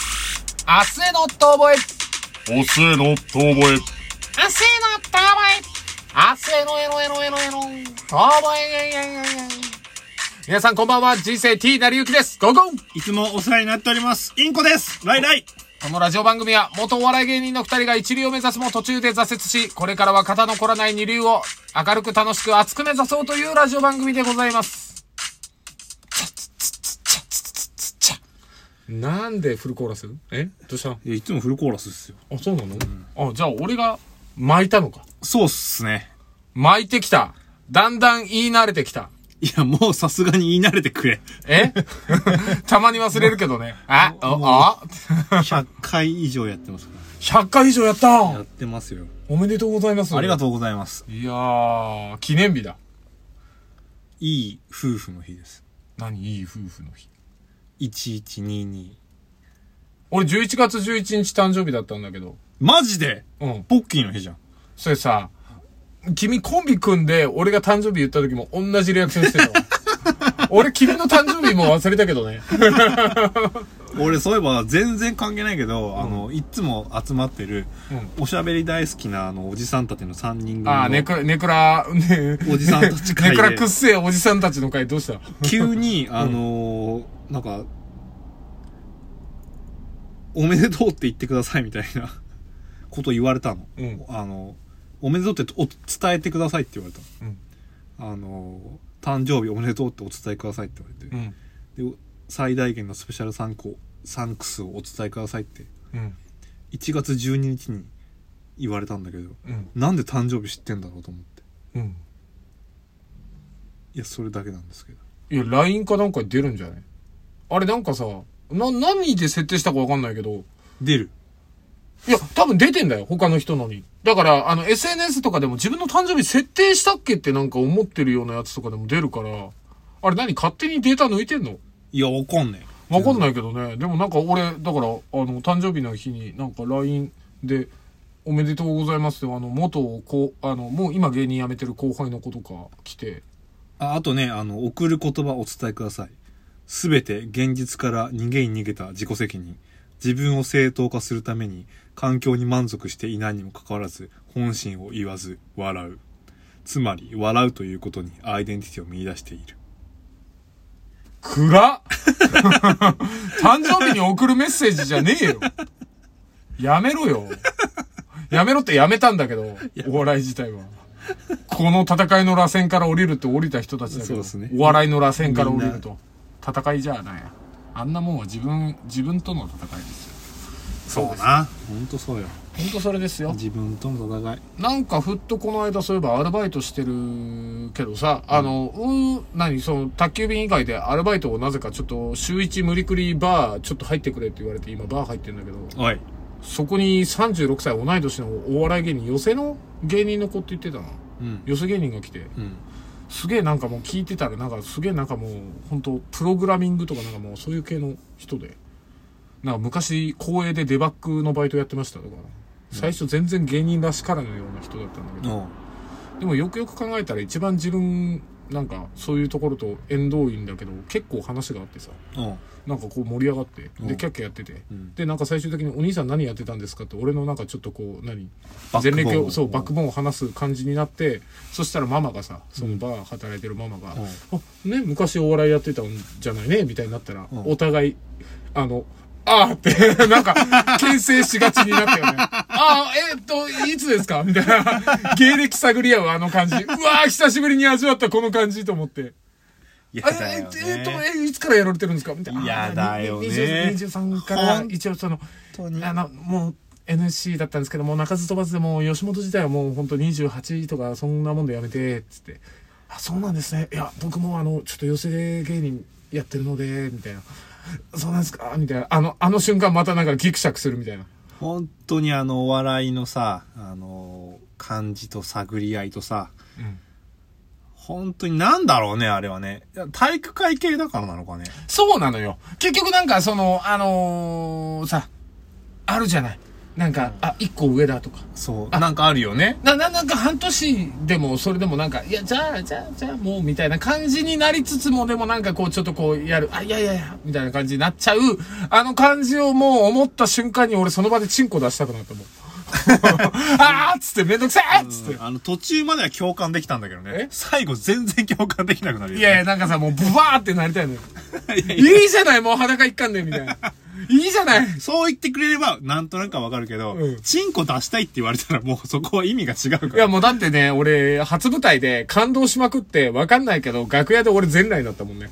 明日への遠吠えおすえの遠吠え。明日への遠吠え明日へのエロエロエロエロ遠吠えイェイイェイイェイ皆さんこんばんは、人生 T なりゆきです。ゴーゴーいつもお世話になっております。インコです。ライライ。このラジオ番組は、元お笑い芸人の二人が一流を目指すも途中で挫折し、これからは肩の凝らない二流を明るく楽しく熱く目指そうというラジオ番組でございます。なんでフルコーラスえどうしたいや、いつもフルコーラスっすよ。あ、そうなの、あ、じゃあ俺が巻いたのか。そうっすね。巻いてきた。だんだん言い慣れてきた。いや、もうさすがに言い慣れてくれ。え たまに忘れるけどね。あ、もうあ、あ100回以上やってますか ?100 回以上やったら。やってますよ。おめでとうございます。ありがう。とうございます。いやー、記念日だ。いい夫婦の日です。何いい夫婦の日。 1122。俺11月11日誕生日だったんだけど。マジでうん。ポッキーの日じゃん。それさ、君コンビ組んで俺が誕生日言った時も同じリアクションしてたわ。俺君の誕生日も忘れたけどね。俺そういえば全然関係ないけど、あの、いつも集まってる、おしゃべり大好きなあの、おじさんたちの3人組の。あー、ネクラ、ネクラ、ね、おじさんたち会ネでクラくっせえおじさんたちの会どうした急に、あのーなんか、おめでとうって言ってくださいみたいなこと言われたの。うんあの、おめでとうってお伝えてくださいって言われたうん。の。あのー誕生日おめでとうってお伝えくださいって言うわん。れて。で、最大限のスペシャルサンコ、サンクスをお伝えくださいって、うん。 1月12日に言われたんだけど、うん。なんで誕生日知ってんだろうと思って。うん。いや、それだけなんですけど。いや、LINE かなんかに出るんじゃないあれなんかさ、な、何で設定したかわかんないけど、出る。いや、多分出てんだよ、他の人のに。だから、あの、SNS とかでも自分の誕生日設定したっけってなんか思ってるようなやつとかでも出るから、あれ何勝手にデータ抜いてんのいや、わかんねえ。わかんないけどね。でもなんか俺、だから、あの、誕生日の日になんか LINE で、おめでとうございますって、あの、元をこう、あの、もう今芸人辞めてる後輩の子とか来て、ああとね、あの、送る言葉をお伝えください。すべて現実から逃げに逃げた自己責任。自分を正当化するために、環境に満足していないにもかかわらず、本心を言わず、笑う。つまり、笑うということにアイデンティティを見出している。暗っ誕生日に送るメッセージじゃねえよ。やめろよ。やめろってやめたんだけど、お笑い自体は。この戦いの螺旋から降りるって降りた人たちだけそうど、ですねお笑いの螺旋から降りると。戦いじゃない。あんなもんは自分、自分との戦いですよ。そうな。ほんとそうよ。ほんとそれですよ。自分との戦い。なんかふっとこの間そういえばアルバイトしてるけどさ、あの、うー何、その、宅急便以外でアルバイトをなぜかちょっと週一無理くりバーちょっと入ってくれって言われて今バー入ってんだけど、おい。そこに36歳同い年のお笑い芸人、寄せの芸人の子って言ってたな。うん。寄せ芸人が来て、うん。すげえなんかもう聞いてたらなんかすげえなんかもう本当プログラミングとかなんかもうそういう系の人でなんか昔公営でデバッグのバイトやってましたとか最初全然芸人らしからぬような人だったんだけど、おうでもよくよく考えたら一番自分なんかそういうところと縁遠いんだけど結構話があってさおうなんかこう盛り上がってうでんキャッキャやってて、うんでなんか最終的に「お兄さん何やってたんですか?」って俺のなんかちょっとこう何バッ前クボーン歴をそううんバックボーンを話す感じになってそしたらママがさそのバー働いてるママがうん「あね昔お笑いやってたんじゃないね」みたいになったら、んお互いあの「ああ」って なんか牽制しがちになったよね「ああえっといつですか?」みたいな芸歴探り合うあの感じうわー久しぶりに味わったこの感じと思って。やあだえよね。えっと、え、いつからやられてるんですかみたいな。やだよね20 23から、一応その、当にあの、もう、NSC だったんですけど、もう鳴かず飛ばずでもう、吉本自体はもう本当28とか、そんなもんでやめて、つって。あ、そうなんですね。いや、僕もあの、ちょっと寄せ芸人やってるので、みたいな。そうなんですかみたいな。あの、あの瞬間またなんかギクシャクするみたいな。本当にあのお笑いのさあの感じと探り合いとさ、うん本当になんだろうねあれはねいや体育会系だからなのかねそうなのよ。結局なんかその、あのーさ、あるじゃない。なんか、あ、一個上だとか。そう。なんかあるよね。な、な、なんか半年でも、それでもなんか、いや、じゃあ、じゃあ、じゃあ、もう、みたいな感じになりつつも、でもなんかこう、ちょっとこう、やる、あ、いやいやいや、みたいな感じになっちゃう、あの感じをもう思った瞬間に、俺その場でチンコ出したくなった もん。あーっつって、めんどくせえっつって。あの、途中までは共感できたんだけどねえ。最後全然共感できなくなるよ、ね。いやいや、なんかさ、もう、ブワーってなりたいのよ。 いやいやいいじゃない、もう裸一貫で、みたいな。いいじゃない。そう言ってくれれば、なんとなくはわかるけど、うんチンコ出したいって言われたらもうそこは意味が違うかいら。や、もうだってね、俺、初舞台で感動しまくって、わかんないけど、楽屋で俺全裸になったもんね。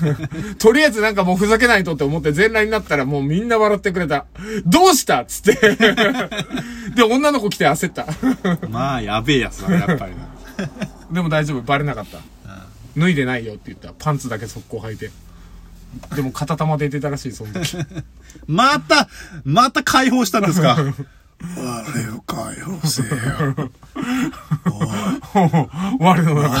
とりあえずなんかもうふざけないとって思って全裸になったらもうみんな笑ってくれた。どうしたっつって。 で、女の子来て焦った。 まあ、やべえやつだね、やっぱりな。でも大丈夫、バレなかった。脱いでないよって言った。パンツだけ速攻履いて。でも片玉で出てたらしい、その時。 また、また解放したんですかあれを解放せよ。我の中、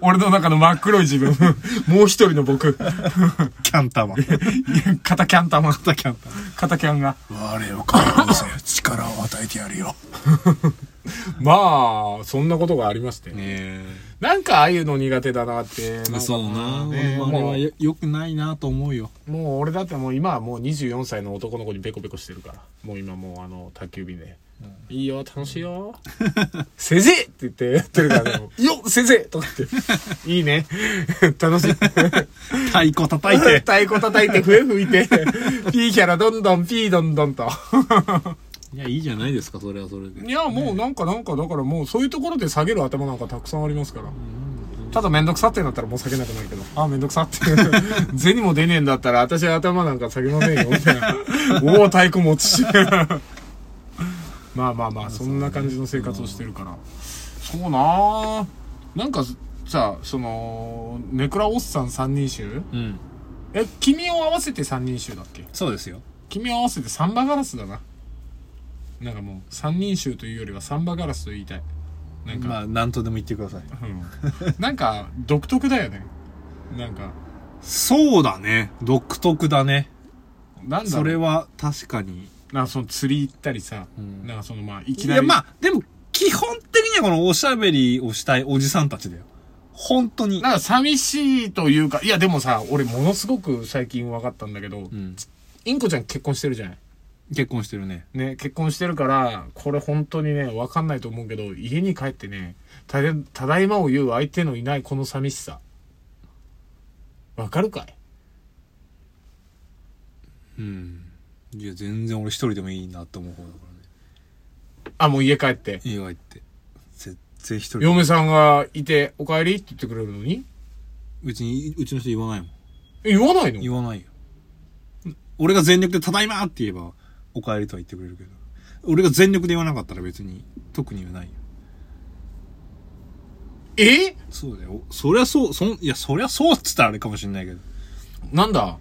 俺の中の真っ黒い自分。 もう一人の僕。 キャンタマン。片キャン玉。またキャンタマン。片キャンが。我を解放せよ。力を与えてやるよ。まあ、そんなことがありまして。えなんかああいうの苦手だなって。なんえかそうな。ね俺もあれはよ良くないなと思うよ。もう俺だってもう今はもう24歳の男の子にペコペコしてるから。もう今もうあの、宅急便で。いいよ、楽しいよ。先生って言ってやってるから、ね、よ先生とかって。いいね。楽しい。太鼓叩いて。太鼓叩いて、笛吹いて、ピーキャラどんどん、ピーどんどんと。 いや、いいじゃないですか、それはそれで。いや、もうなんかなんか、だからもうそういうところで下げる頭なんかたくさんありますから。ただめんどくさってなったらもう下げなくなるけど、あ、めんどくさって。 銭も出ねえんだったら私は頭なんか下げませんよ、みたい な。おお、太鼓持ち。 まあまあまあ、そんな感じの生活をしてるから。そうなあなんかさ、その、ネクラおっさん三人衆うん。え、君を合わせて三人衆だっけそうですよ。君を合わせてサンバガラスだななんかもう三人衆というよりはサンバガラスと言いたいなんか、まあ、なんとでも言ってください。うんなんか独特だよねなんかそうだね。独特だね。なんだろうそれは確かに。なんかその釣り行ったりさ、んなんかそのまあいきいなや、りまあ、でも、基本的にはこのおしゃべりをしたいおじさんたちだよ。本当に。なんか寂しいというかいやでもさ俺ものすごく最近分かったんだけど、うん。インコちゃん結婚してるじゃない結婚してるね。ね、結婚してるから、これ本当にね、わかんないと思うけど、家に帰ってね、ただただいまを言う相手のいないこの寂しさ。わかるかいうん。いや、全然俺一人でもいいなって思う方だからね。あ、もう家帰って。家が行って。全然一人で。嫁さんがいて、お帰りって言ってくれるのにうちに、うちの人言わないもん。え言わないの言わないよ。俺が全力でただいまって言えば、お帰りとは言ってくれるけど。俺が全力で言わなかったら別に、特に言わないよ。えそうだよ。そりゃそう、そん、いや、そりゃそうっつったらあれかもしれないけど。なんだ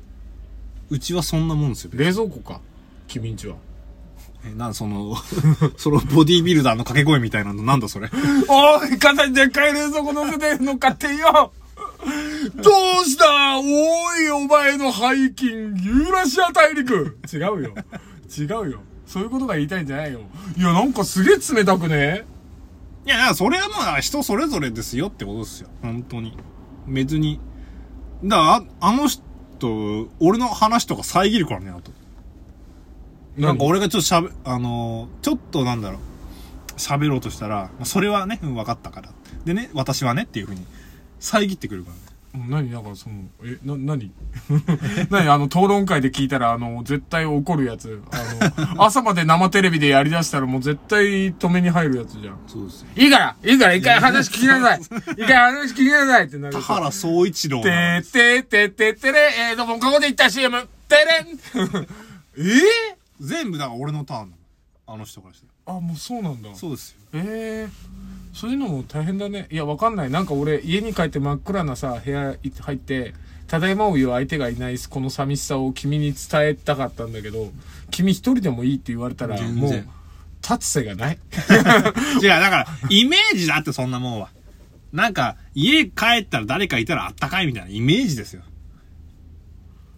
うちはそんなもん ですよ。冷蔵庫か。君んちは。え、なん、 その、そのボディービルダーの掛け声みたいなの、なんだそれ。 おい肩にでっかい冷蔵庫乗せてんのかってよ どうしたおいお前の背筋、ユーラシア大陸違うよ。違うよ。そういうことが言いたいんじゃないよ。いや、なんかすげえ冷たくね いやいや、それはまあ人それぞれですよってことですよ。本当に。別に。だから、ああの人、俺の話とか遮るからね、あと。なんか俺がちょっとしゃべ、あのーちょっとなんだろう、喋ろうとしたら、まあそれはね、うん、分かったから。でね、私はねっていうふうに、遮ってくるからね。何なんかその、え、な、何何あの、討論会で聞いたら、あの、絶対怒るやつ。あの、朝まで生テレビでやりだしたらもう絶対止めに入るやつじゃん。そうですよ。いいからいいから一回話聞きなさい一回話聞きなさいってなる田。原総一郎てなーんですてーてーてーてれー、えー、どうも、ここでいった CM、てれんえー、全部だから俺のターンなの。あの人からしたら。あ、もうそうなんだ。そうですよ。ええそういうのも大変だね。いや、わかんない。なんか俺、家に帰って真っ暗なさ、部屋い入って、ただいまを言う相手がいないこの寂しさを君に伝えたかったんだけど、君一人でもいいって言われたら、全然もう、立つ瀬がない。いや、だから、イメージだってそんなもんは。なんか、家帰ったら誰かいたらあったかいみたいなイメージですよ。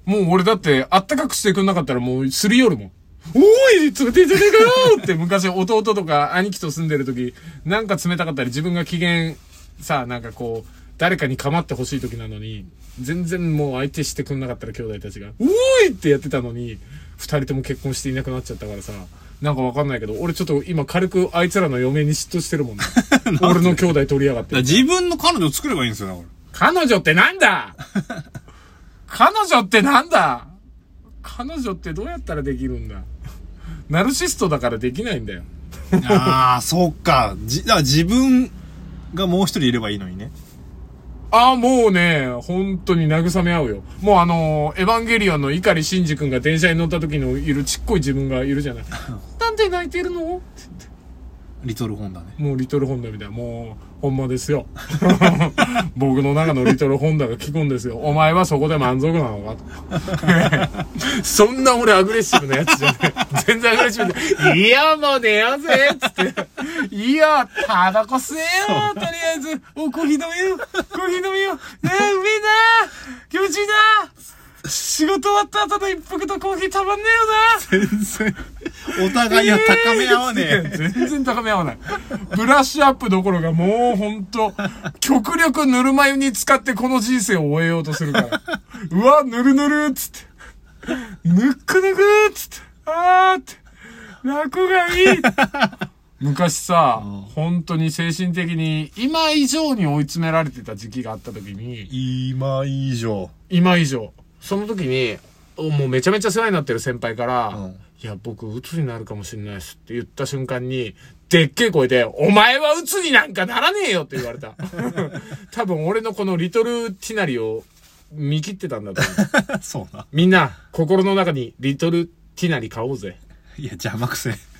もう俺だって、あったかくしてくんなかったらもうすり寄るもん。おい冷てえじゃねえかよって昔弟とか兄貴と住んでる時、なんか冷たかったり自分が機嫌、さあなんかこう、誰かに構ってほしい時なのに、全然もう相手してくんなかったら兄弟たちが、おいってやってたのに、二人とも結婚していなくなっちゃったからさ、なんかわかんないけど、俺ちょっと今軽くあいつらの嫁に嫉妬してるもんね。俺の兄弟取りやがってら。自分の彼女を作ればいいんですよ、だか彼女ってなんだ彼女ってなんだ彼女ってどうやったらできるんだナルシストだからできないんだよ。ら。 ああ、そっか。じ、だから自分がもう一人いればいいのにね。ああ、もうね、本当に慰め合うよ。もうあのーエヴァンゲリオンの碇シンジ君が電車に乗った時のいるちっこい自分がいるじゃない。なんで泣いてるのリトルホンダね。もうリトルホンダみたいな、もう、ほんまですよ。 僕の中のリトルホンダが聞くんですよ。お前はそこで満足なのかと。 そんな俺アグレッシブなやつじゃない。全然アグレッシブで。いや、もう寝ようぜつって。いや、タバコ吸えよとりあえず。お、コーヒー飲めよコーヒー飲めよねえ、うめえな気持ちいいな仕事終わった後の一服とコーヒーたまんねえよな全然、お互いを高め合わねえ。全然高め合わない。ブラッシュアップどころがもうほんと、極力ぬるま湯に使ってこの人生を終えようとするから。うわ、ぬるぬるっつって。ぬっくぬくっつって。あーって。楽がいい昔さ、本当に精神的に今以上に追い詰められてた時期があった時に、 今以上。今以上その時におもうめちゃめちゃ世話になってる先輩から「うんいや僕鬱になるかもしれないです」って言った瞬間にでっけえ声で「お前は鬱になんかならねえよ」って言われ た多分俺のこのリトルティナリを見切ってたんだと思う そうな。みんな心の中にリトルティナリ買おうぜいや、邪魔くせえ。